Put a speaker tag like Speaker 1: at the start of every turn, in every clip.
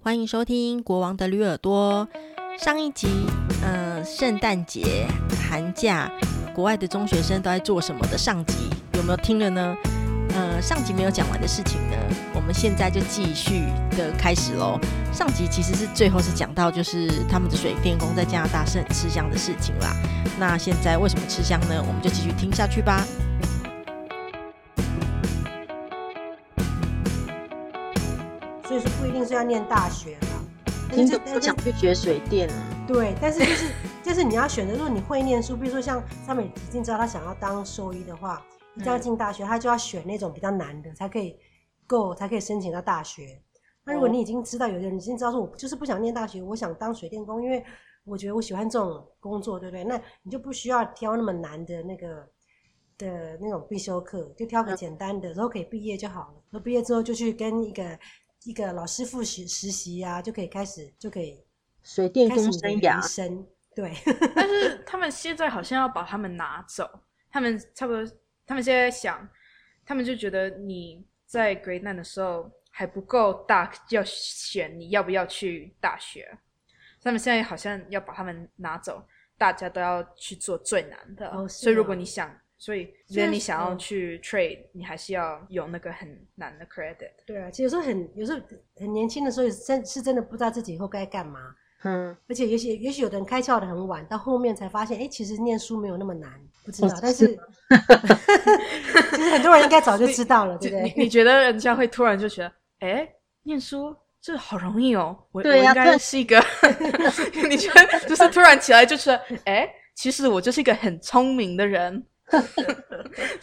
Speaker 1: 欢迎收听《国王的驴耳朵》。上一集，嗯、圣诞节、寒假，国外的中学生都在做什么的上集，有没有听了呢？呃，上集没有讲完的事情呢，我们现在就继续的开始喽。上集其实是最后是讲到就是他们的水电工在加拿大是很吃香的事情啦。那现在为什么吃香呢？我们就继续听下去吧。
Speaker 2: 所以是不一定是要念大学啦。但
Speaker 3: 听着
Speaker 2: 是
Speaker 3: 不
Speaker 2: 但
Speaker 3: 想
Speaker 2: 是
Speaker 3: 去学水电啊，
Speaker 2: 对，但是就是就是你要选择，如果你会念书，比如说像上面已经知道他想要当兽医的话，一定要进大学，他就要选那种比较难的，才可以够才可以申请到大学。那如果你已经知道有的人已经知道说，我就是不想念大学，我想当水电工，因为我觉得我喜欢这种工作，对不对？那你就不需要挑那么难的那个的那种必修课，就挑个
Speaker 3: 嗯
Speaker 2: 简单的，然后可以毕业就好了。然后毕业之后就去跟一个一个老师傅实实习呀、啊，就可以开始就可以
Speaker 3: 水电
Speaker 2: 开始
Speaker 3: 工
Speaker 2: 你的
Speaker 3: 生
Speaker 2: 人
Speaker 3: 涯
Speaker 2: 生。对，
Speaker 4: 但是他们现在好像要把他们拿走，他们差不多，他们现在想，他们就觉得你在 Grade Nine 的时候还不够大，要选你要不要去大学。他们现在好像要把他们拿走，大家都要去做最难的。
Speaker 2: 哦是
Speaker 4: 所以如
Speaker 2: 啊
Speaker 4: 果你想，所以如
Speaker 2: 虽
Speaker 4: 果
Speaker 2: 然
Speaker 4: 你
Speaker 2: 是
Speaker 4: 想要
Speaker 2: 嗯
Speaker 4: 去 trade，你还是要有那个很难的 credit。
Speaker 2: 对啊，其实有时候很有时候很年轻的时候，真是真的不知道自己以后该干嘛。
Speaker 3: 嗯，
Speaker 2: 而且也许也许有的人开窍的很晚，到后面才发现，哎，其实念书没有那么难，不知道。
Speaker 3: 哦
Speaker 2: 但
Speaker 3: 是
Speaker 2: 是 其实很多人应该早就知道了，对 不
Speaker 4: 你
Speaker 2: 对？
Speaker 4: 你觉得人家会突然就觉得，哎，念书这好容易哦，我、
Speaker 3: 对
Speaker 4: 我
Speaker 3: 呀
Speaker 4: 应该是一个， 你觉得就是突然起来就是，哎，其实我就是一个很聪明的人。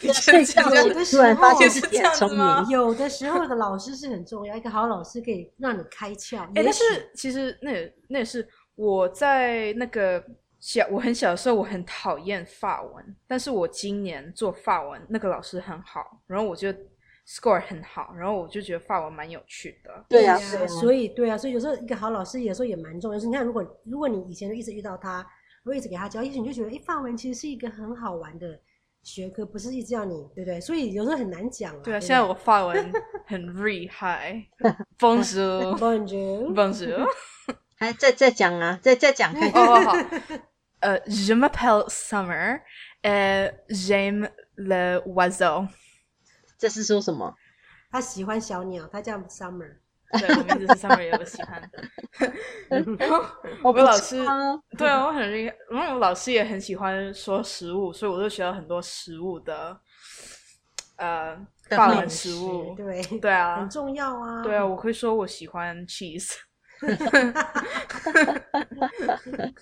Speaker 4: 你觉得这样
Speaker 2: 有
Speaker 4: 就
Speaker 2: 的时
Speaker 3: 突
Speaker 2: 候
Speaker 3: 然发现自己很聪明，
Speaker 4: 也
Speaker 2: 有的时候一个老师是很重要，一个好老师可以让你开窍。
Speaker 4: 哎、
Speaker 2: 也
Speaker 4: 但
Speaker 2: 许
Speaker 4: 是其实那也那也是我在那个小我很小的时候，我很讨厌法文，但是我今年做法文那个老师很好，然后我就 score 很好，然后我就觉得法文蛮有趣的。
Speaker 3: 对啊，
Speaker 2: 呀所以对啊，所以有时候一个好老师有时候也蛮重要。就是你看，如果如果你以前就一直遇到他，如果一直给他教，也许你就觉得，哎，法文其实是一个很好玩的学科，不是一直要你，对不对？所以有时候很难讲啊。
Speaker 4: 对
Speaker 2: 对
Speaker 4: 啊，
Speaker 2: 不
Speaker 4: 现在我法文 很厉害，Bonjour，Bonjour。
Speaker 2: Bonjour，
Speaker 3: 还再再讲啊，再再讲看看，
Speaker 4: 哦好，呃，Je m'appelle Summer，呃，j'aime le oiseau。
Speaker 3: 这是说什么？
Speaker 2: 他喜欢小鸟，他叫 Summer。
Speaker 4: 对，我名字是 Summer，也我喜欢。然后
Speaker 3: 我
Speaker 4: 我
Speaker 3: 不
Speaker 4: 老
Speaker 3: 知
Speaker 4: 师
Speaker 3: 道
Speaker 4: 对啊，我很厉害，然后我老师也很喜欢说食物，所以我就学了很多食物的，呃，
Speaker 3: 的
Speaker 4: 法
Speaker 3: 美
Speaker 4: 文食物。
Speaker 2: 对对
Speaker 4: 对啊
Speaker 2: 很，重要啊。
Speaker 4: 对啊，我会说我喜欢 cheese。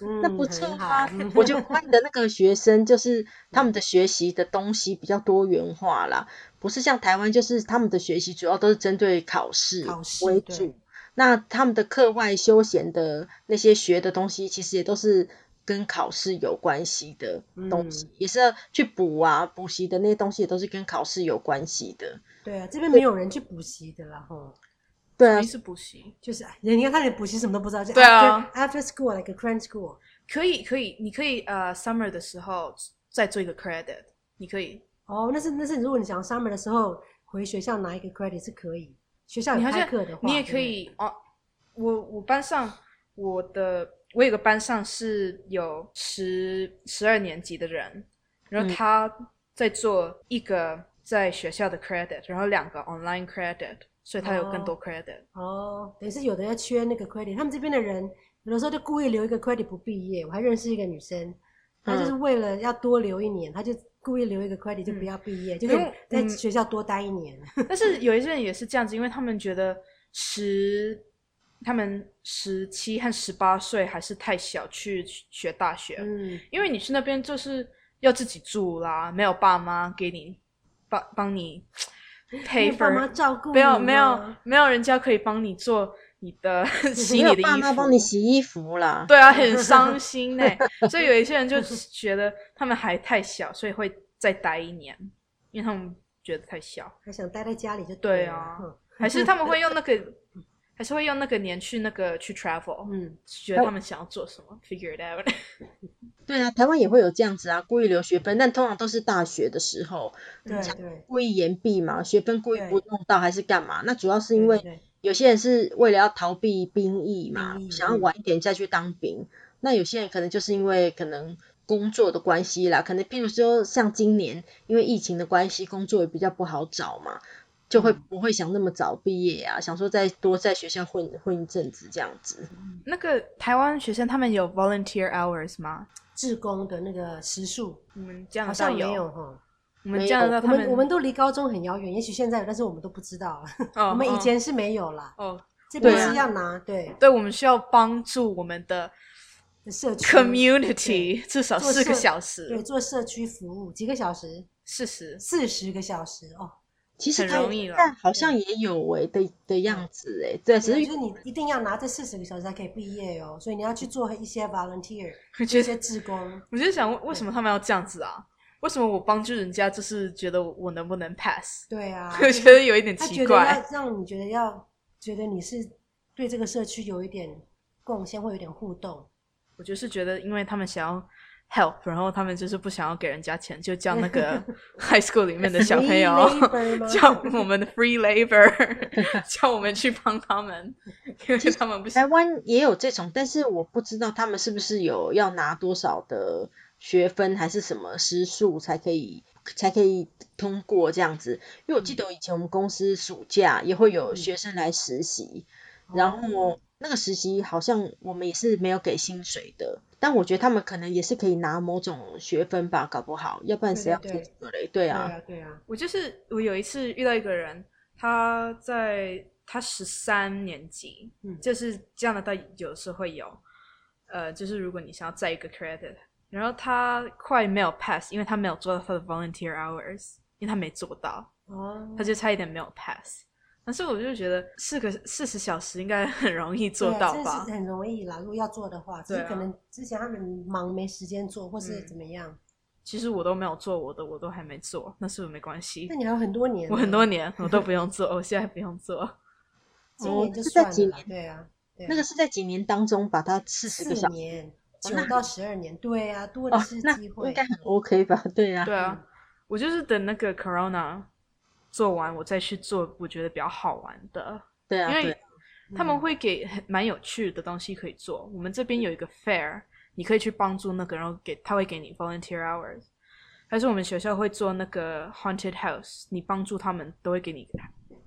Speaker 2: 嗯，
Speaker 3: 那不错
Speaker 2: 很
Speaker 3: 啊
Speaker 2: 好。嗯，
Speaker 3: 我觉得国外的那个学生就是他们的学习的东西比较多元化啦，不是像台湾，就是他们的学习主要都是针对考试
Speaker 2: 考试
Speaker 3: 为
Speaker 2: 对
Speaker 3: 主。那他们的课外休闲的那些学的东西，其实也都是跟考试有关系的东西，
Speaker 2: 嗯
Speaker 3: 也是要去补啊，补习的那些东西也都是跟考试有关系的。
Speaker 2: 对啊，这边没有人去补习的啦，吼。嗯
Speaker 3: 对啊
Speaker 4: 没，是补习，
Speaker 2: 就是哎人家看你补习什么都不知道，就
Speaker 4: 对啊
Speaker 2: after-，after school like a cram school，
Speaker 4: 可以可以，你可以呃 summer 的时候再做一个 credit，你可以，
Speaker 2: 哦，那是那是，如果你想要 summer 的时候回学校拿一个 credit 是可以，学校
Speaker 4: 你
Speaker 2: 有
Speaker 4: 好
Speaker 2: 开
Speaker 4: 像
Speaker 2: 课的话，
Speaker 4: 你也
Speaker 2: 对不
Speaker 4: 可以哦。我我班上我的我有个班上是有十十二年级的人，然
Speaker 3: 嗯
Speaker 4: 后他在做一个在学校的 credit，然后两个 online credit，所以他有更多 credit。
Speaker 2: 对哦，等于是有的要缺那个 credit，他们这边的人有的时候就故意留一个 credit 不毕业，我还认识一个女生，她就是
Speaker 4: 嗯
Speaker 2: 为了要多留一年，她就故意留一个 credit 就不要毕业，就是
Speaker 4: 因为
Speaker 2: 在
Speaker 4: 嗯
Speaker 2: 学校多待一 年，
Speaker 4: 但是有一些人也是这样子，因为他们觉得十，他们十七和十八岁还是太小去学大学，
Speaker 2: 嗯，
Speaker 4: 因为你去那边就是要自己住啦，没有爸妈给你帮帮你
Speaker 2: 因
Speaker 4: 配
Speaker 2: 为爸妈照顾
Speaker 4: 没有
Speaker 2: 你啊
Speaker 4: 没有
Speaker 2: 嘛
Speaker 4: 没有人家可以帮你做你 的
Speaker 3: 啊没
Speaker 4: 洗你
Speaker 3: 有
Speaker 4: 的
Speaker 3: 爸
Speaker 4: 衣
Speaker 3: 妈
Speaker 4: 服，
Speaker 3: 帮你洗衣服啦。
Speaker 4: 对啊，很伤 心呢、所以有一些人就觉得他们还太小，所以会再待一年，因为他们觉得太小，
Speaker 2: 还想待在家里就
Speaker 4: 对
Speaker 2: 了
Speaker 4: 啊
Speaker 2: 哼
Speaker 4: 还是他们会用 那个，还是会用那个年去那个去 travel，
Speaker 2: 嗯，
Speaker 4: 觉得他们想要做什
Speaker 3: 嗯
Speaker 4: 么，figure it out。
Speaker 3: 对啊，台湾也会有这样子啊，故意留学分，但通常都是大学的时候
Speaker 2: 对
Speaker 4: 嗯
Speaker 2: 对
Speaker 3: 故意延毕嘛，学分故意不弄到还是干嘛？那主要是因
Speaker 2: 对
Speaker 3: 为
Speaker 2: 对
Speaker 3: 有些人是为了要逃避兵役嘛，
Speaker 4: 嗯
Speaker 2: 兵役
Speaker 3: 想要晚一点再去当兵。那有些人可能就是因为可能工作的关系啦，可能譬如说像今年因为疫情的关系，工作也比较不好找嘛，就
Speaker 4: 嗯
Speaker 3: 会不会想那么早毕业啊，想说再多在学校混混一阵子这样子。
Speaker 4: 那个台湾学生他们有 volunteer hours 吗？
Speaker 2: 志工的那个时数
Speaker 4: 我们加
Speaker 2: 好
Speaker 4: 拿大
Speaker 2: 像没
Speaker 4: 有，
Speaker 2: 有哈。
Speaker 4: 我们
Speaker 3: 没
Speaker 4: 加
Speaker 3: 有
Speaker 4: 拿大
Speaker 2: 我
Speaker 4: 啊他
Speaker 2: 们我们
Speaker 4: 们
Speaker 2: 都离高中很遥远，也许现在有，但是我们都不知道。
Speaker 4: 哦
Speaker 2: 我们以
Speaker 4: 哦
Speaker 2: 前是没有啦，
Speaker 4: 哦，
Speaker 2: 这边
Speaker 3: 对啊
Speaker 2: 是要拿对
Speaker 4: 对，我们需要帮助我们的
Speaker 2: 社区
Speaker 4: community 至少
Speaker 2: 做
Speaker 4: 四个
Speaker 2: 社
Speaker 4: 小
Speaker 2: 对
Speaker 4: 时，
Speaker 2: 做社区服务几个小时，
Speaker 4: 四十。
Speaker 2: 四十个小时哦。
Speaker 3: 其实
Speaker 4: 很
Speaker 3: 他
Speaker 4: 容易啦嗯
Speaker 3: 但好像也有诶、的的样子诶、对，
Speaker 2: 只
Speaker 3: 只是
Speaker 2: 是就是你一定要拿这四十个小时才可以毕业哦，所以你要去做一些 volunteer，
Speaker 4: 我
Speaker 2: 一
Speaker 4: 觉
Speaker 2: 些
Speaker 4: 得，
Speaker 2: 志工。
Speaker 4: 我就想，为什么他们要这样子啊？为什么我帮助人家，就是觉得我能不能 pass？
Speaker 2: 对啊，
Speaker 4: 我觉得有一点
Speaker 2: 他觉
Speaker 4: 奇
Speaker 2: 得
Speaker 4: 怪。
Speaker 2: 要让你觉得要觉得你是对这个社区有一点贡献，会有点互动。
Speaker 4: 我就是觉得，因为他们想要 help，然后他们就是不想要给人家钱，就叫那 个 high school 里面的小朋友
Speaker 2: Free labor 吗
Speaker 4: 叫我们的 free labor，叫我们去帮他们，因为他们不
Speaker 3: 台
Speaker 4: 想。
Speaker 3: 湾也有这种，但是我不知道他们是不是有要拿多少的学分还是什么时数才可以才可以通过这样子。
Speaker 2: 嗯
Speaker 3: 因为我记得以前我们公司暑假也会有学生来实习，
Speaker 2: 哦
Speaker 3: 然后那个实习好像我们也是没有给薪水的，但我觉得他们可能也是可以拿某种学分吧，搞不好，要不然谁要
Speaker 2: 对
Speaker 3: 付
Speaker 2: 对
Speaker 3: 这个嘞？对
Speaker 2: 对
Speaker 3: 啊，
Speaker 2: 啊，对啊，
Speaker 4: 我就是我有一次遇到一个人，他在他十三年级，
Speaker 2: 嗯
Speaker 4: 就是加拿大有时候会有，呃，就是如果你想要再一个 credit，然后他快没有 pass，因为他没有做到他的 volunteer hours，因为他没做到，
Speaker 2: 哦，
Speaker 4: 他就差一点没有 pass。但是我就觉得四个四十小时应该很容易做到
Speaker 2: 对啊
Speaker 4: 吧
Speaker 2: 这是？很容易啦。如果要做的话，只
Speaker 4: 对
Speaker 2: 是
Speaker 4: 啊
Speaker 2: 可能之前他们忙没时间做，或是
Speaker 4: 嗯
Speaker 2: 怎么样。
Speaker 4: 其实我都没有做我的，我都还没做，那是不是没关系
Speaker 2: 那？你还有很多年，
Speaker 4: 我很多，年我都不用做，我现在不用做。
Speaker 2: 今
Speaker 3: 哦
Speaker 2: 年
Speaker 3: 那
Speaker 2: 就是算
Speaker 3: 在几
Speaker 2: 了啦。
Speaker 3: 年
Speaker 2: 对啊，对啊
Speaker 3: 那个是在几年当中把它四十
Speaker 2: 四
Speaker 3: 个小时，
Speaker 2: 年，
Speaker 3: 哦
Speaker 2: 九
Speaker 3: 那
Speaker 2: 到十二年，对啊，多的
Speaker 3: 哦
Speaker 2: 是，
Speaker 3: 那
Speaker 2: 机
Speaker 3: 应
Speaker 2: 会嗯
Speaker 3: 该。很 OK 吧？对啊，
Speaker 4: 对啊，我就是等那个 corona 做完，我再去做我觉得比较好玩的，
Speaker 3: 对啊，
Speaker 4: 因
Speaker 3: 对
Speaker 4: 为
Speaker 3: 啊。
Speaker 4: 他们会给很蛮有趣的东西可以做。我们这边有一个 fair，你可以去帮助那个，然后给他会给你 volunteer hours。但是我们学校会做那个 haunted house，你帮助他们都会给你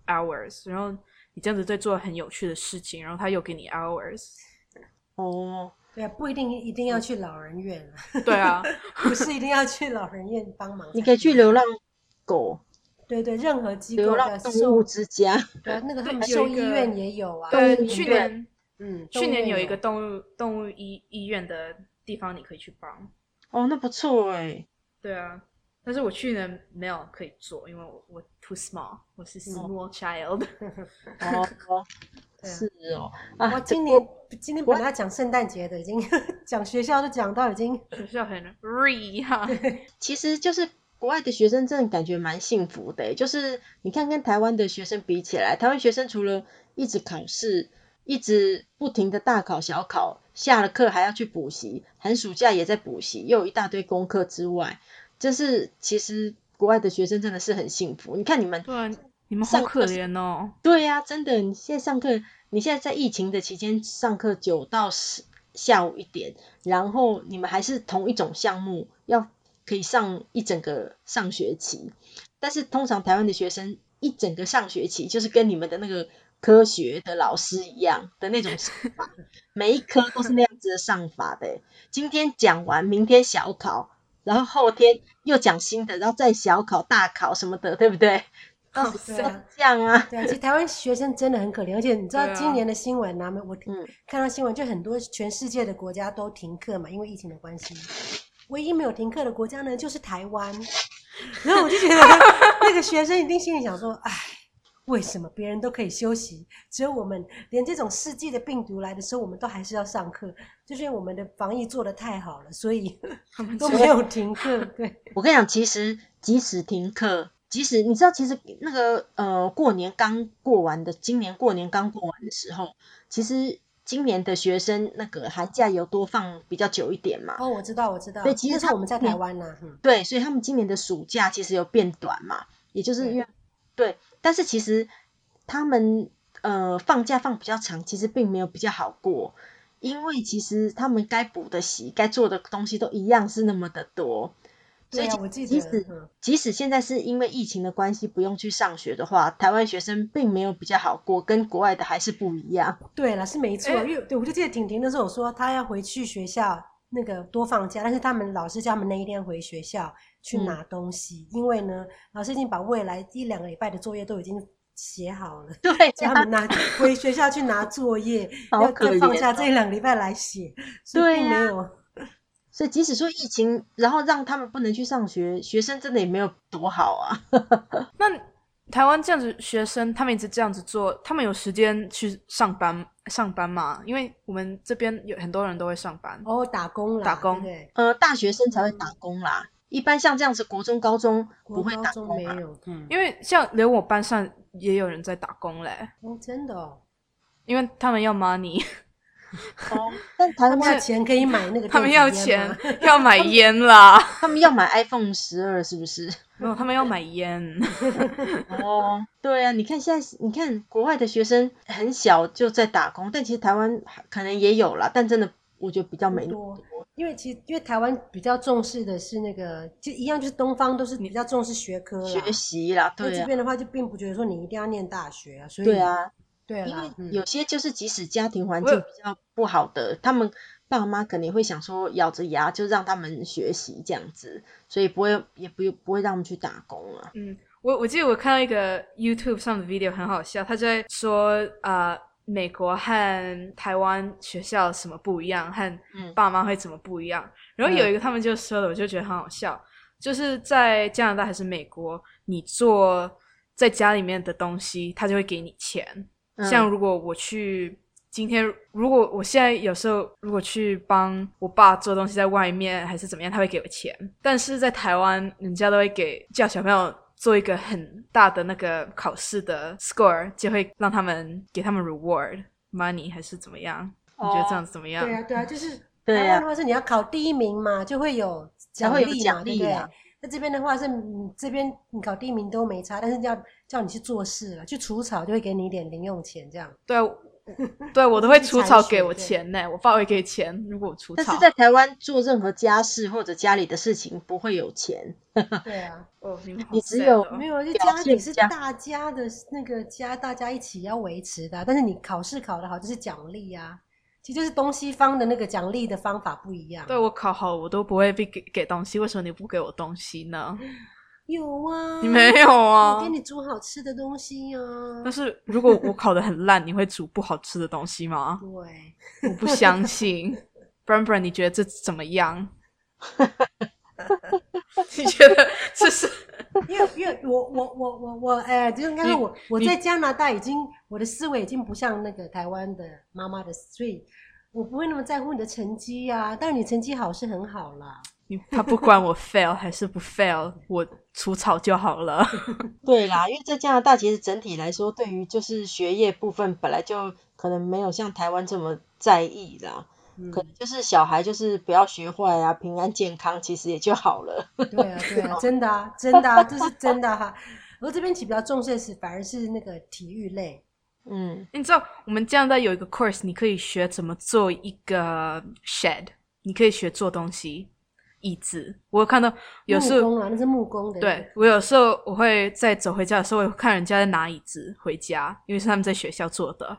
Speaker 4: hours，然后你这样子在做很有趣的事情，然后他又给 你 hours。
Speaker 3: 哦，
Speaker 2: 对啊，不一定一
Speaker 4: 嗯
Speaker 2: 定要去老人院啊，
Speaker 4: 对啊，
Speaker 2: 不是一定要去老人院帮忙。
Speaker 3: 你可以去，流浪狗、
Speaker 2: 对对，任何机
Speaker 3: 流
Speaker 2: 构
Speaker 3: 浪
Speaker 2: 的
Speaker 3: 动物
Speaker 2: 兽，
Speaker 3: 之家，
Speaker 2: 对啊那个他们
Speaker 4: 对
Speaker 2: 兽
Speaker 4: 有一
Speaker 2: 医
Speaker 4: 个
Speaker 2: 院也有啊。
Speaker 4: 对
Speaker 3: 动，物
Speaker 4: 去
Speaker 3: 园
Speaker 4: 年
Speaker 2: 嗯，
Speaker 4: 去年有一个
Speaker 2: 动
Speaker 4: 动物动物医医院的地方，你可以去帮。
Speaker 3: 哦，那不错哎、
Speaker 4: 对啊，但是我去年没有可以做，因为我我 too small，我是 small child。
Speaker 3: 哦， 哦
Speaker 2: 对啊
Speaker 3: 是哦，
Speaker 2: 物园有。
Speaker 3: 啊，
Speaker 2: 我今年今天本来要讲圣诞节的，已经 讲学校都讲到已经
Speaker 4: 学校很 re 哈、
Speaker 3: 其实就是国外的学生真的感觉蛮幸福的欸，就是你看跟台湾的学生比起来，台湾学生除了一直考试，一直不停的大考小考，下了课还要去补习，寒暑假也在补习，又有一大堆功课之外，就是其实国外的学生真的是很幸福。你看你们
Speaker 4: 对啊，你们好
Speaker 3: 上
Speaker 4: 可怜哦。
Speaker 3: 对呀、真的，你现在上课，你现在在疫情的期间上课九到十下午一点，然后你们还是同一种项目，要可以上一整个上学期。但是通常台湾的学生一整个上学期就是跟你们的那个科学的老师一样的那种上法，每一科都是那样子的上法的欸。今天讲完，明天小考，然后后天又讲新的，然后再小考、大考什么的，对不对？到底是
Speaker 2: 对啊
Speaker 3: 这样啊？
Speaker 2: 对啊，其实台湾学生真的很可怜，而且你知道
Speaker 4: 对啊
Speaker 2: 今年的新闻啊，我
Speaker 3: 嗯
Speaker 2: 看到新闻，就很多全世界的国家都停课嘛，因为疫情的关系。唯一没有停课的国家呢，就是台湾。然后我就 觉得那个学生一定心里想说：“哎，为什么别人都可以休息，只有我们连这种世纪的病毒来的时候，我们都还是要上课？就是因为我们的防疫做得太好了，所 以
Speaker 4: 他们
Speaker 2: 都
Speaker 4: 就
Speaker 2: 没有停课。”对，
Speaker 3: 我跟你讲，其实即使停课，即使你知道，其实那个呃，过年刚过完的，今年过年刚过完的时候，其实今年的学生那个寒假有多放比较久一点嘛，
Speaker 2: 哦，我知道，我知道。
Speaker 3: 对其实
Speaker 2: 那时
Speaker 3: 他
Speaker 2: 候我们在台湾呐、嗯，
Speaker 3: 对，所以他们今年的暑假其实有变短嘛，也就是因为对，但是其实他们呃放假放比较长，其实并没有比较好过，因为其实他们该补的习、该做的东西都一样是那么的多。所
Speaker 2: 对
Speaker 3: 以
Speaker 2: 啊，
Speaker 3: 其
Speaker 2: 我记
Speaker 3: 即
Speaker 2: 得，
Speaker 3: 使
Speaker 2: 嗯
Speaker 3: 即使现在是因为疫情的关系不用去上学的话，台湾学生并没有比较好过，跟国外的还是不一样。
Speaker 2: 对了，是没错，
Speaker 4: 哎
Speaker 2: 因为对我就记得婷婷那时候有说她要回去学校那个多放假，但是他们老师叫他们那一天回学校去
Speaker 3: 嗯
Speaker 2: 拿东西，因为呢，老师已经把未来一两个礼拜的作业都已经写好了。
Speaker 3: 对
Speaker 2: 叫他
Speaker 3: 啊，
Speaker 2: 们拿回学校去拿作业，
Speaker 3: 好
Speaker 2: 要
Speaker 3: 可
Speaker 2: 再放
Speaker 3: 怜
Speaker 2: 下
Speaker 3: 哦
Speaker 2: 这一两个礼拜来写，所以
Speaker 3: 对
Speaker 2: 并没
Speaker 3: 呀
Speaker 2: 有。
Speaker 3: 所以即使说疫情，然后让他们不能去上学，学生真的也没有多好啊。
Speaker 4: 那台湾这样子学生，他们一直这样子做，他们有时间去上班上班吗？因为我们这边有很多人都会上班。
Speaker 2: 哦，打工啦，
Speaker 4: 打工
Speaker 2: 对
Speaker 3: 呃，大学生才会打工啦，一般像这样子，国中、高中
Speaker 2: 不对，
Speaker 3: 不会
Speaker 2: 国
Speaker 3: 打
Speaker 2: 高中没
Speaker 3: 工啊。
Speaker 2: 有，嗯，
Speaker 4: 因为像连我班上也有人在打工嘞，
Speaker 2: 哦，真的哦，
Speaker 4: 因为他们要 money，
Speaker 3: 哦，但
Speaker 2: 他
Speaker 3: 台
Speaker 2: 们
Speaker 3: 湾
Speaker 2: 要钱可以买那个，啊
Speaker 4: 他们要钱，要买烟啦，
Speaker 3: 他们要买 iPhone 十二是不 是？
Speaker 4: 没有，他们要买烟。
Speaker 3: 哦，对啊，你看现在，你看国外的学生很小就在打工，但其实台湾可能也有啦，但真的我觉得比较没那么
Speaker 2: 多。因为其实因为台湾比较重视的是那个，就一样就是东方都是比较重视学科啦，
Speaker 3: 学习啦，
Speaker 2: 那
Speaker 3: 对
Speaker 2: 这
Speaker 3: 啊，
Speaker 2: 边的话就并不觉得说你一定要念大学啊，所以
Speaker 3: 对啊，
Speaker 2: 对
Speaker 3: 因
Speaker 2: 啦，
Speaker 3: 为
Speaker 2: 嗯
Speaker 3: 有些就是即使家庭环
Speaker 4: 我有
Speaker 3: 境比较不好的，他们爸妈肯定会想说咬着牙就让他们学习这样子，所以不会也不不会让他们去打工啊。
Speaker 4: 嗯，我我记得我看到一个 YouTube 上的 video 很好笑，他就在说啊、呃美国和台湾学校什么不一样，和
Speaker 3: 嗯
Speaker 4: 爸妈会怎么不一样。然后有一个他们就说的，我就觉得很好笑，就是在加拿大还是美国，你做在家里面的东西，他就会给你钱。
Speaker 3: 嗯
Speaker 4: 像如果我去今天，如果我现在有时候如果去帮我爸做东西在外面还是怎么样，他会给我钱。但是在台湾，人家都会给叫小朋友做一个很大的那个考试的 score，就会让他们给他们 reward money 还是怎么样？你觉得这样子怎么样？
Speaker 2: 对啊对啊，就是
Speaker 3: 对
Speaker 2: 台湾
Speaker 3: 啊
Speaker 2: 的话是你要考第一名嘛，就会有
Speaker 3: 才
Speaker 2: 奖
Speaker 3: 会有
Speaker 2: 励嘛，
Speaker 3: 奖
Speaker 2: 对
Speaker 3: 励
Speaker 2: 不对
Speaker 3: 啊？
Speaker 2: 那这边的话是，嗯这边你考第一名都没差，但是要叫你去做事了，去除草就会给你一点零用钱这样。
Speaker 4: 对啊，我对我都会除草给我
Speaker 2: 对
Speaker 4: 钱呢，我爸会给钱，如果我除
Speaker 3: 但
Speaker 4: 草
Speaker 3: 是。在台湾做任何家事或者家里的事情不会有钱，
Speaker 2: 对啊，
Speaker 4: 哦，你们好
Speaker 3: 你只
Speaker 4: sad
Speaker 3: 有
Speaker 4: 哦
Speaker 2: 没有，就
Speaker 3: 表
Speaker 2: 家里
Speaker 3: 现
Speaker 2: 是
Speaker 3: 家
Speaker 2: 大家的那个家，大家一起要维持的啊、但是你考试考得好就是奖励啊，其实就是东西方的那个奖励的方法不一样。
Speaker 4: 对我考好，我都不会被给给东西，为什么你不给我东西呢？
Speaker 2: 有啊，
Speaker 4: 你 没有
Speaker 2: 我
Speaker 4: 啊
Speaker 2: 给？你煮好吃的东西啊。
Speaker 4: 但是如果我考得很烂，你会煮不好吃的东西吗？
Speaker 2: 对，
Speaker 4: 我不相信。b r a n b r a n 你觉得这怎么样？ 你觉得这是
Speaker 2: 因为因为我我我我我，哎、就应该说
Speaker 4: 你
Speaker 2: 我我
Speaker 4: 你
Speaker 2: 在加拿大已经我的思维已经不像那个台湾的妈妈的，所以我不会那么在乎你的成绩啊。但是你成绩好是很好啦，
Speaker 4: 你他不管我 fail 还是不 fail，我除草就好了。
Speaker 3: 对 啦，因为在加拿大其实整体来说，对于就是学业部分本来就可能没有像台湾这么在意啦，
Speaker 2: 嗯，
Speaker 3: 可能就是小孩就是不要学坏啊，平安健康其实也就好了。
Speaker 2: 对啊对 啊，真的啊真的啊，这是真的哈、 我这边其实比较重视的是反而是那个体育类，
Speaker 3: 嗯，
Speaker 4: 你知道我们加拿大有一个 course，你可以学怎么做一个 shed，你可以学做东西，椅子。我有看到有时
Speaker 2: 木
Speaker 4: 候
Speaker 2: 工啊，那是木工的，
Speaker 4: 对，我有时候我会在走回家的时候，我会看人家在拿椅子回家，因为是他们在学校做的，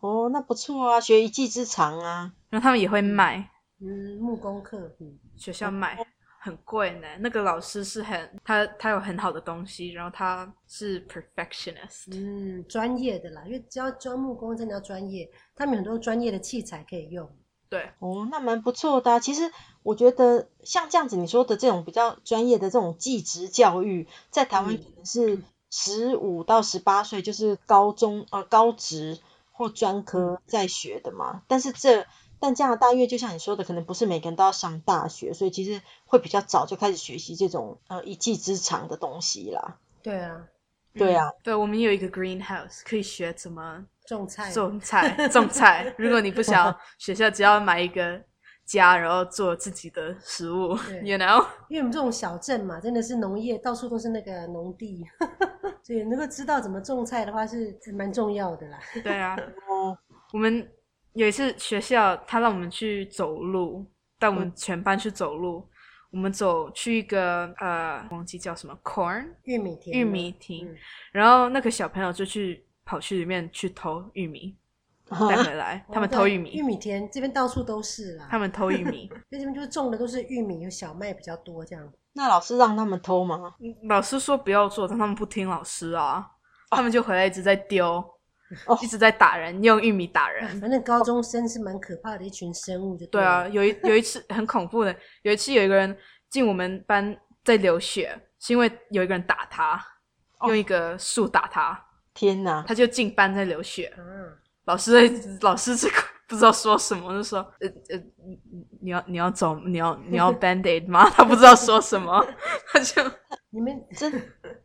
Speaker 3: 哦，那不错啊，学一技之长啊。
Speaker 4: 然后他们也会卖，
Speaker 2: 嗯，木工课，嗯，
Speaker 4: 学校卖很贵呢。那个老师是很他他有很好的东西，然后他是 perfectionist，
Speaker 2: 嗯，专业的啦，因为只要专木工真的要专业，他们有很多专业的器材可以用。
Speaker 4: 对，
Speaker 3: 哦，那蛮不错的啊。其实我觉得像这样子你说的这种比较专业的这种技职教育，在台湾
Speaker 2: 嗯
Speaker 3: 可能是十五到十八岁就是高中呃高职或专科在学的嘛。但是这但加拿大因为就像你说的，可能不是每个人都要上大学，所以其实会比较早就开始学习这种呃一技之长的东西啦。
Speaker 2: 对啊，
Speaker 3: 对啊，
Speaker 4: 对我们有一个 greenhouse 可以学怎么
Speaker 2: 种菜，啊
Speaker 4: 种菜，种菜。如果你不想学校，只要买一个家，然后做自己的食物
Speaker 2: 对
Speaker 4: ，you know。
Speaker 2: 因为我们这种小镇嘛，真的是农业，到处都是那个农地， 所以能够知道怎么种菜的话是蛮重要的啦。
Speaker 4: 对啊，
Speaker 3: 哦，
Speaker 4: 我们有一次学校他让我们去走路，带我们
Speaker 2: 嗯
Speaker 4: 全班去走路。我们走去一个呃，忘记叫什么 corn
Speaker 2: 玉米田嘛，
Speaker 4: 玉米亭，
Speaker 2: 嗯
Speaker 4: 然后那个小朋友就去跑去里面去偷玉米带回来，他们
Speaker 2: 哦对
Speaker 4: 偷玉米
Speaker 2: 玉，米田这边到处都是啊啦。
Speaker 4: 他们偷玉 米。
Speaker 2: 那这边就是种的都是玉米，有小麦比较多这样。
Speaker 3: 那老师让他们偷吗？
Speaker 4: 老师说不要做，但他们不听老师啊，
Speaker 2: 哦
Speaker 4: 他们就回来一直在丢，
Speaker 3: 哦
Speaker 4: 一直在打人，用玉米打人。
Speaker 2: 反正高中生是蛮可怕的一群生物，就
Speaker 4: 嗯对啊，
Speaker 2: 了，
Speaker 4: 有一有一次很恐怖的，有一次有一个人进我们班在流血，是因为有一个人打他，
Speaker 3: 哦
Speaker 4: 用一个树打他，
Speaker 3: 天哪！
Speaker 4: 他就进班在流血。
Speaker 2: 啊，
Speaker 4: 老师在老师这个不知道说什么，就说呃呃，你你你要你要走你要你要 band aid 吗？ 他不知道说什么， 他就
Speaker 2: 你们
Speaker 3: 真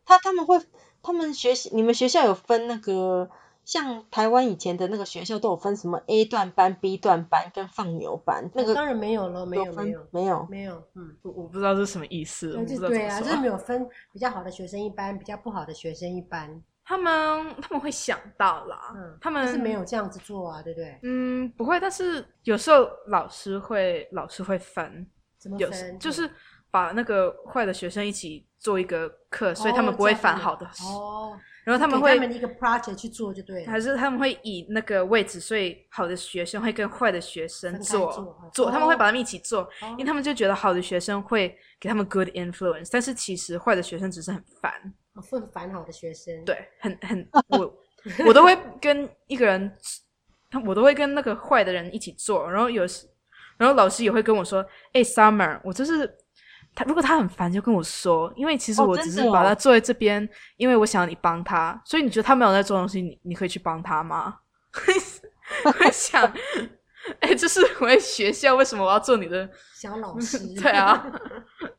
Speaker 3: 他他们会，他们学习你们学校有分那个，像台湾以前的那个学校都有分什么 A 段班、B 段班跟放牛班，那个
Speaker 2: 哦当然没有了，没有
Speaker 3: 分
Speaker 2: 没有
Speaker 3: 没有
Speaker 2: 没有，嗯，
Speaker 4: 我我不知道这是什么意思，我
Speaker 2: 那
Speaker 4: 不
Speaker 2: 就
Speaker 4: 知道怎
Speaker 2: 对
Speaker 4: 么
Speaker 2: 啊，就
Speaker 4: 说。
Speaker 2: 是没有分比较好的学生一班，比较不好的学生一班，
Speaker 4: 他们他们会想到啦，
Speaker 2: 嗯
Speaker 4: 他
Speaker 2: 就
Speaker 4: 们
Speaker 2: 是没有这样子做啊，对不对？
Speaker 4: 嗯，不会，但是有时候老师会老师会分，
Speaker 2: 怎么
Speaker 4: 有时
Speaker 2: 分？哦
Speaker 4: 就是把那个坏的学生一起做一个课，
Speaker 2: 嗯，
Speaker 4: 所以他们
Speaker 2: 哦
Speaker 4: 不会
Speaker 2: 这样
Speaker 4: 烦
Speaker 2: 子
Speaker 4: 好的，
Speaker 2: 哦，
Speaker 4: 然后他
Speaker 2: 给
Speaker 4: 们会
Speaker 2: 他们一个 project 去做就对了
Speaker 4: 还。是他们会以那个位置，所以好的学生会跟坏的学生
Speaker 2: 分开
Speaker 4: 做
Speaker 2: 做哦
Speaker 4: 他们会把他们一起做，因为
Speaker 2: 哦
Speaker 4: 他们就觉得好的学生会给他们 good influence，但是其实坏的学生只是很烦，
Speaker 2: 哦会烦好的学生，，
Speaker 4: 对，很很 我我都会跟一个人，他我都会跟那个坏的人一起做，然后有时，然后老师也会跟我说，哎、s u m m e r 我就是他，如果他很烦就跟我说，因为其实
Speaker 3: 哦
Speaker 4: 我
Speaker 3: 真
Speaker 4: 只
Speaker 3: 的
Speaker 4: 是把
Speaker 3: 哦
Speaker 4: 他坐在这边，因为我想要你帮他，所以你觉得他没有在做东西，你你可以去帮他吗？ 我会想， 哎、这是我在学校，为什么我要做你的？
Speaker 2: 小老师，
Speaker 4: 对啊，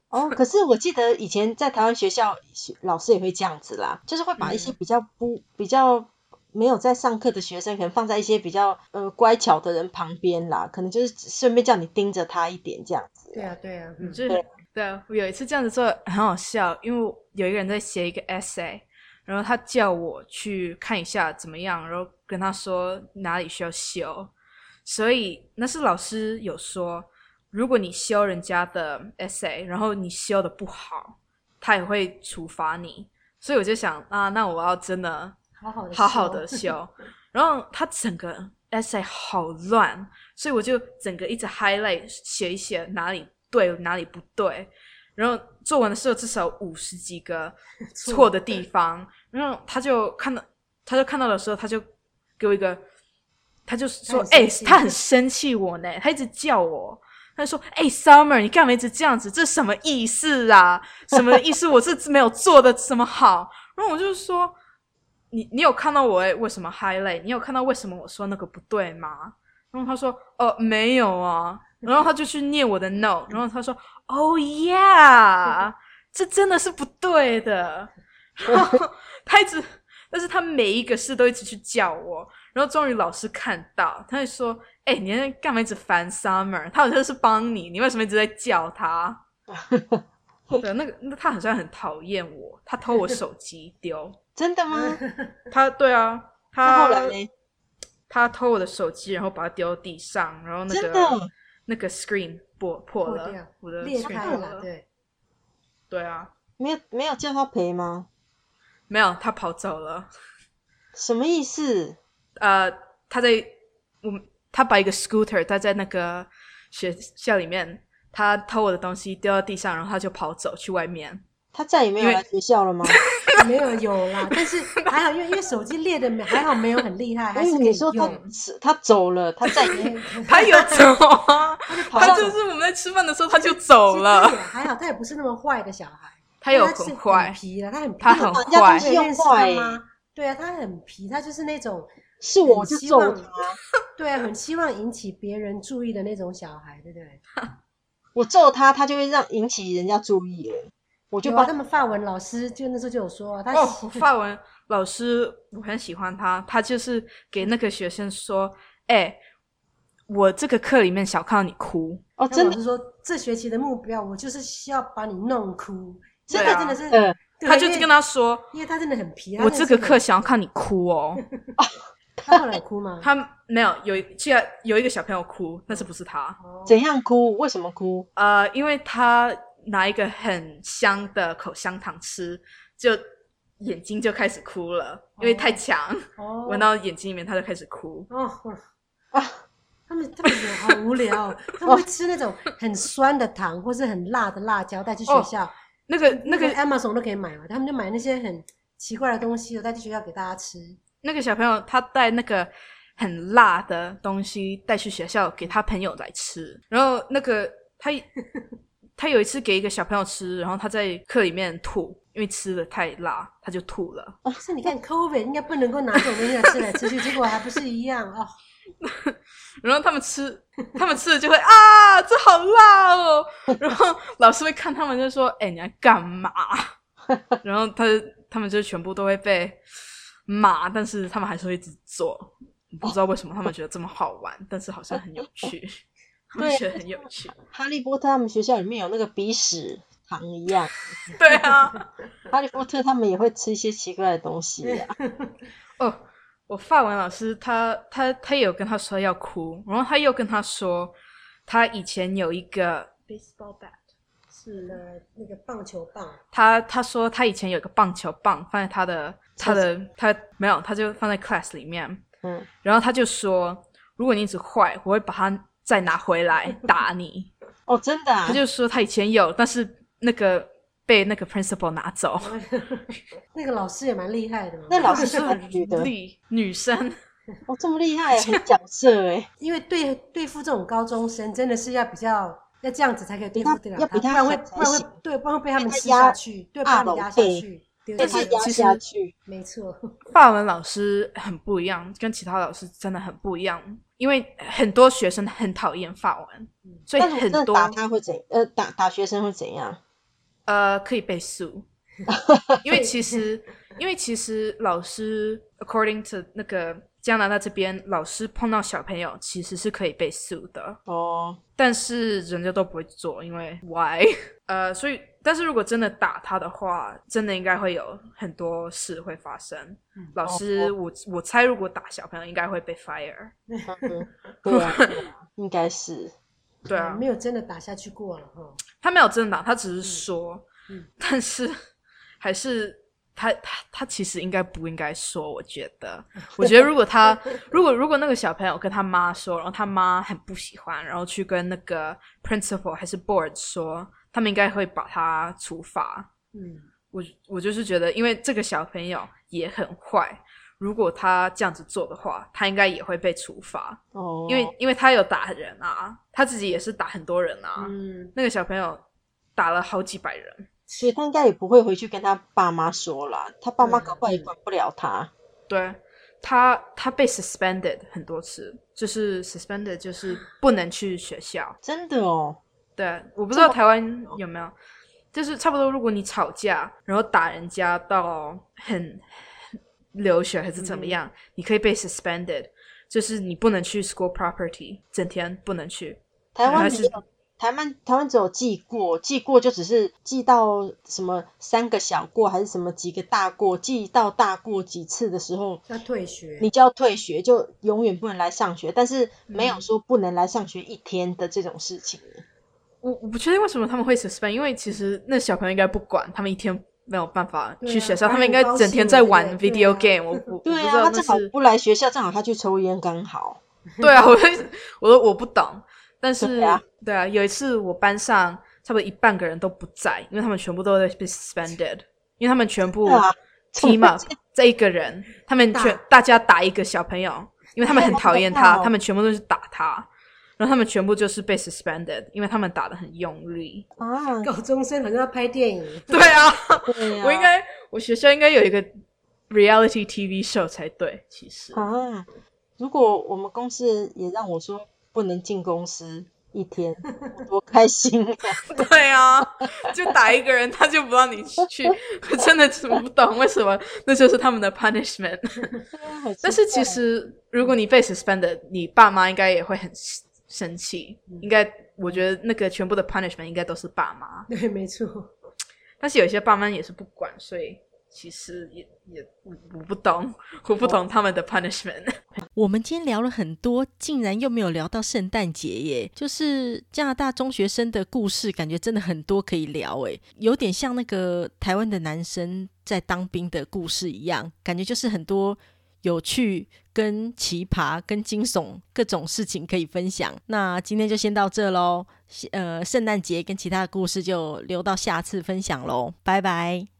Speaker 3: 哦。可是我记得以前在台湾学校，学老师也会这样子啦，就是会把一
Speaker 2: 嗯
Speaker 3: 些比较不、比较没有在上课的学生，可能放在一些比较呃乖巧的人旁边啦，可能就是顺便叫你盯着他一点这样子。
Speaker 2: 对啊，对啊，嗯
Speaker 4: 就是
Speaker 3: 对
Speaker 4: 对啊，我有一次这样子做很好笑，因为有一个人在写一个 essay，然后他叫我去看一下怎么样，然后跟他说哪里需要修，所以那是老师有说，如果你修人家的 essay，然后你修的不好，他也会处罚你，所以我就想啊，那我要真的
Speaker 2: 好好的，
Speaker 4: 好好的修。然后他整个 essay 好乱，所以我就整个一直 highlight 写一写哪里对哪里不对。然后做完的时候至少五十几个 错的地方，然后他就看到，他就看到的时候，他就给我一个，他就说，
Speaker 2: 他
Speaker 4: 哎、
Speaker 2: 很生气
Speaker 4: 他很生气我呢，他一直叫我，他就说，哎、s u m m e r 你干嘛一直这样子？这什么意思啊？什么意思？我这没有做的什么好？ 然后我就说，你你有看到我哎为什么 highlight？你有看到为什么我说那个不对吗？然后他说，哦，没有啊。然后他就去念我的 note，然后他说，Oh yeah，这真的是不对的。然后他一直，但是他每一个事都一直去叫我，然后终于老师看到，他就说，哎、你在干嘛一直烦 Summer？他好像是帮你，你为什么一直在叫他？对，那个那他好像很讨厌我，他偷我手机丢。
Speaker 3: 真的吗？
Speaker 4: 他对啊，
Speaker 3: 那
Speaker 4: 他
Speaker 3: 后来呢？
Speaker 4: 他偷我的手机，然后把它丢地上，然后那
Speaker 3: 真的
Speaker 4: 个那个 screen 破破
Speaker 2: 破
Speaker 4: 了，
Speaker 2: 掉
Speaker 4: 我的
Speaker 2: 裂
Speaker 4: screen
Speaker 2: 开
Speaker 4: 破
Speaker 2: 了，对，
Speaker 4: 对啊，
Speaker 3: 没有没有叫他赔吗？
Speaker 4: 没有，他跑走了。
Speaker 3: 什么意思？
Speaker 4: 呃，他在我们他把一个 scooter 他在那个学校里面，他偷我的东西丢到地上，然后他就跑走去 外面。
Speaker 3: 他再也没有
Speaker 4: 因为
Speaker 3: 来学校 了吗？
Speaker 2: 没有有 啦，但是还好，因为因为手机裂的没还好没有很厉 害，还
Speaker 3: 但
Speaker 2: 是
Speaker 3: 是
Speaker 2: 可以
Speaker 3: 哎你说他
Speaker 2: 用。哎
Speaker 3: 是他走了，他再也 没有
Speaker 4: 他有走啊，
Speaker 3: 跑
Speaker 4: 他
Speaker 3: 到
Speaker 4: 就是我们在吃饭的时候他就走
Speaker 2: 其实
Speaker 4: 了
Speaker 2: 也，还好，他也不是那么坏的小孩，
Speaker 4: 他有
Speaker 2: 是
Speaker 4: 很坏，
Speaker 2: 皮啦，他很皮
Speaker 4: 他很
Speaker 3: 人家
Speaker 2: 对
Speaker 3: 东
Speaker 4: 坏
Speaker 2: 认
Speaker 3: 西用
Speaker 2: 识他
Speaker 3: 坏，
Speaker 2: 吗？对啊，他很皮，他就是那种
Speaker 3: 是我就揍
Speaker 2: 很希
Speaker 3: 他，
Speaker 2: 对啊，很希望引起别人注意的那种小孩，对不对？
Speaker 3: 我揍他，他就会让引起人家注意了。我就
Speaker 2: 有啊，
Speaker 3: 把
Speaker 2: 他们法文老师就那时候就有说啊，他
Speaker 4: 哦，我法文老师我很喜欢他，他就是给那个学生说：“哎、我这个课里面想看到你哭，
Speaker 3: 哦，
Speaker 2: 那
Speaker 3: 真
Speaker 2: 老
Speaker 3: 的，
Speaker 2: 师说这学期的目标，我就是需要把你弄哭。
Speaker 4: 对
Speaker 2: 现
Speaker 4: 啊
Speaker 2: 在真的是，
Speaker 3: 嗯
Speaker 2: 对
Speaker 4: 他就
Speaker 2: 因为
Speaker 4: 跟他说
Speaker 2: 因为他真的很皮。他
Speaker 4: 我
Speaker 2: 真
Speaker 4: 这
Speaker 2: 的
Speaker 4: 个
Speaker 2: 是
Speaker 4: 课
Speaker 2: 很，
Speaker 4: 想要看你哭哦。
Speaker 2: 他后来有哭吗？
Speaker 4: 他没有有一既然有一个小朋友哭，但是不是他？
Speaker 2: 哦
Speaker 3: 怎样哭？为什么哭？
Speaker 4: 呃，因为他拿一个很香的口香糖吃，就眼睛就开始哭了，因为太强，
Speaker 2: 哦
Speaker 4: 闻到眼睛里面他就开始哭。
Speaker 2: 哦，哇
Speaker 3: 啊，
Speaker 2: 他们他们也好无聊哦，他们会吃那种很酸的糖或是很辣的辣椒带去学
Speaker 4: 哦
Speaker 2: 校，
Speaker 4: 那个那
Speaker 2: 那个
Speaker 4: 个
Speaker 2: Amazon 都可以买嘛，他们就买那些很奇怪的东西，哦我带去学校给大家吃。
Speaker 4: 那个小朋友他带那个很辣的东西带去学校给他朋友来吃，然后那个他他有一次给一个小朋友吃，然后他在课里面吐，因为吃的太辣，他就吐了。
Speaker 2: 可是你看 COVID 应该不能够拿这种东西来吃来吃去，结果还不是一样哦。
Speaker 4: 然后他们吃，他们吃了就会啊，这好辣哦。然后老师会看他们就说：“哎、你要干嘛？”然后他就他们就全部都会被骂，但是他们还是会一直做。不知道为什么他们觉得这么好玩，但是好像很有趣，他们
Speaker 3: 对
Speaker 4: 觉得很有趣。
Speaker 3: 哈利波特他们学校里面有那个鼻屎糖一 样，
Speaker 4: 对啊，
Speaker 3: 哈利波特他们也会吃一些奇怪的东西 啊。
Speaker 4: 哦，我法文老师他他他也有跟他说要哭，然后他又跟他说，他以前有一个 baseball bat。
Speaker 2: 是呢，那个棒球棒，
Speaker 4: 他他说他以前有个棒球棒放在他的他的他没有，他就放在 class 里面，
Speaker 3: 嗯，
Speaker 4: 然后他就说，如果你一直坏，我会把它再拿 回来打你。
Speaker 3: 哦，真的啊，
Speaker 4: 他就说他以前有，但是那个被那个 principal 拿 走。
Speaker 2: 那个老师也蛮厉害的嘛。
Speaker 3: 那老
Speaker 4: 老
Speaker 3: 师
Speaker 4: 师
Speaker 3: 是
Speaker 4: 很
Speaker 3: 男女的，
Speaker 4: 厉女生，
Speaker 3: 哦，这么厉害，很角色哎。
Speaker 2: 因为对对付这种高中生，真的是要比较要这样子才可以对付得了
Speaker 3: 要比
Speaker 2: 不
Speaker 3: 他
Speaker 2: 然会
Speaker 3: 狠才
Speaker 2: 不然会
Speaker 3: 行
Speaker 2: 对，不然会被他们
Speaker 3: 被他
Speaker 2: 吃
Speaker 3: 压
Speaker 2: 下去，对，被
Speaker 3: 大
Speaker 2: 他们
Speaker 3: 宝
Speaker 2: 压下
Speaker 3: 贝
Speaker 2: 去。对
Speaker 3: 被
Speaker 2: 对
Speaker 3: 他
Speaker 2: 对，
Speaker 3: 压
Speaker 4: 其实
Speaker 3: 下去，
Speaker 2: 没错，
Speaker 4: 法文老师很不一样，跟其他老师真的很不一样，因为很多学生很讨厌法文，所以
Speaker 3: 但是我
Speaker 4: 很
Speaker 3: 真的
Speaker 4: 多
Speaker 3: 打他会怎？呃，打打学生会怎样？
Speaker 4: 呃，可以被诉，因为其实，因为其实老师，according to 那个加拿大这边，老师碰到小朋友其实是可以被诉的，
Speaker 3: 哦，
Speaker 4: 但是人家都不会做，因为 why？呃，所以，但是如果真的打他的话，真的应该会有很多事会发生。老师，我我猜如果打小朋友，应该会被 fire。
Speaker 3: 嗯对啊，对啊应该是。
Speaker 4: 对啊
Speaker 2: 没，有真的打下去过了哈。
Speaker 4: 他没有真的打，他只是说，
Speaker 2: 嗯嗯
Speaker 4: 但是还是他他他其实应该不应该说，我觉得，我觉得如果 他如果如果那个小朋友跟他妈说，然后他妈很不喜欢，然后去跟那个 principal 还是 board 说，他们应该会把他处罚。
Speaker 2: 嗯，
Speaker 4: 我我就是觉得，因为这个小朋友也很坏，如果他这样子做的话，他应该也会被处罚，
Speaker 3: 哦，
Speaker 4: 因为因为他有打人啊，他自己也是打很多人啊，
Speaker 2: 嗯，
Speaker 4: 那个小朋友打了好几百人。
Speaker 3: 所以他应该也不会回去跟他爸妈说啦，他爸妈
Speaker 4: 啊
Speaker 2: 对
Speaker 3: 搞不好也
Speaker 2: 嗯
Speaker 3: 管不了他。
Speaker 4: 对他，他被 suspended 很多次，就是 suspended 就是不能去学校。
Speaker 3: 真的哦，
Speaker 4: 对，我不知道台湾有没有，就是差不多，如果你吵架然后打人家到很流血还是怎么样，你可以被 suspended，就是你不能去 school property，整天不能去。
Speaker 3: 台湾
Speaker 4: 啊还
Speaker 3: 没
Speaker 4: 是
Speaker 3: 有，台湾台湾只有记过，记过就只是记到什么三个小过还是什么几个大过，记到大过几次的时候，
Speaker 2: 要退学，
Speaker 3: 你就要退学，就永远不能来上学。但是没有
Speaker 4: 嗯
Speaker 3: 说不能来上学一天的这种事情。
Speaker 4: 我我不确定为什么他们会 suspend，因为其实那小朋友应该不管，他们一天没有办法
Speaker 2: 对啊
Speaker 4: 去学校，
Speaker 2: 他
Speaker 4: 他们
Speaker 2: 很
Speaker 4: 应该
Speaker 2: 高
Speaker 4: 整天
Speaker 2: 兴
Speaker 4: 在
Speaker 2: 对不
Speaker 4: 玩
Speaker 2: 对
Speaker 4: video
Speaker 2: 对
Speaker 4: game 我。 我不
Speaker 3: 啊对
Speaker 4: 我不知
Speaker 3: 啊，
Speaker 4: 道
Speaker 3: 他
Speaker 4: 那
Speaker 3: 正好
Speaker 4: 是
Speaker 3: 不来学校，正好他去抽烟刚好。
Speaker 4: 对啊，我会我都我不懂，但是
Speaker 3: 对啊
Speaker 4: 对啊，有一次我班上差不多一半个人都不在，因为他们全部都在被 suspended，因为他们全部
Speaker 3: 对啊
Speaker 4: team up 这一个人，他们全大家打一个小朋友，因为他们很讨厌
Speaker 3: 好可
Speaker 4: 他
Speaker 3: 怕哦，
Speaker 4: 他们全部都是打他，然后他们全部就是被 suspended，因为他们打的很用力。
Speaker 3: 啊，
Speaker 2: 高中生好像要拍电影，
Speaker 4: 对啊，
Speaker 3: 对啊，
Speaker 4: 我应该我学校应该有一个 reality TV show 才对，其实
Speaker 3: 啊，如果我们公司也让我说不能进公司，一天，多开心啊！
Speaker 4: 对啊，就打一个人，他就不让你去， 我真的是不懂为什么，那就是他们的 punishment。
Speaker 3: 好奇
Speaker 4: 但是
Speaker 3: 怪
Speaker 4: 其实，如果你被 suspended，你爸妈应该也会很生气。应该，我觉得那个全部的 punishment 应该都是爸妈，
Speaker 2: 对，没错。
Speaker 4: 但是有些爸妈也是不管，所以其实也也我我不懂，我不懂他们的 punishment。
Speaker 1: 我们今天聊了很多，竟然又没有聊到圣诞节耶！就是加拿大中学生的故事，感觉真的很多可以聊诶，有点像那个台湾的男生在当兵的故事一样，感觉就是很多有趣、跟奇葩、跟惊悚各种事情可以分享。那今天就先到这喽，呃，圣诞节跟其他的故事就留到下次分享喽，拜拜。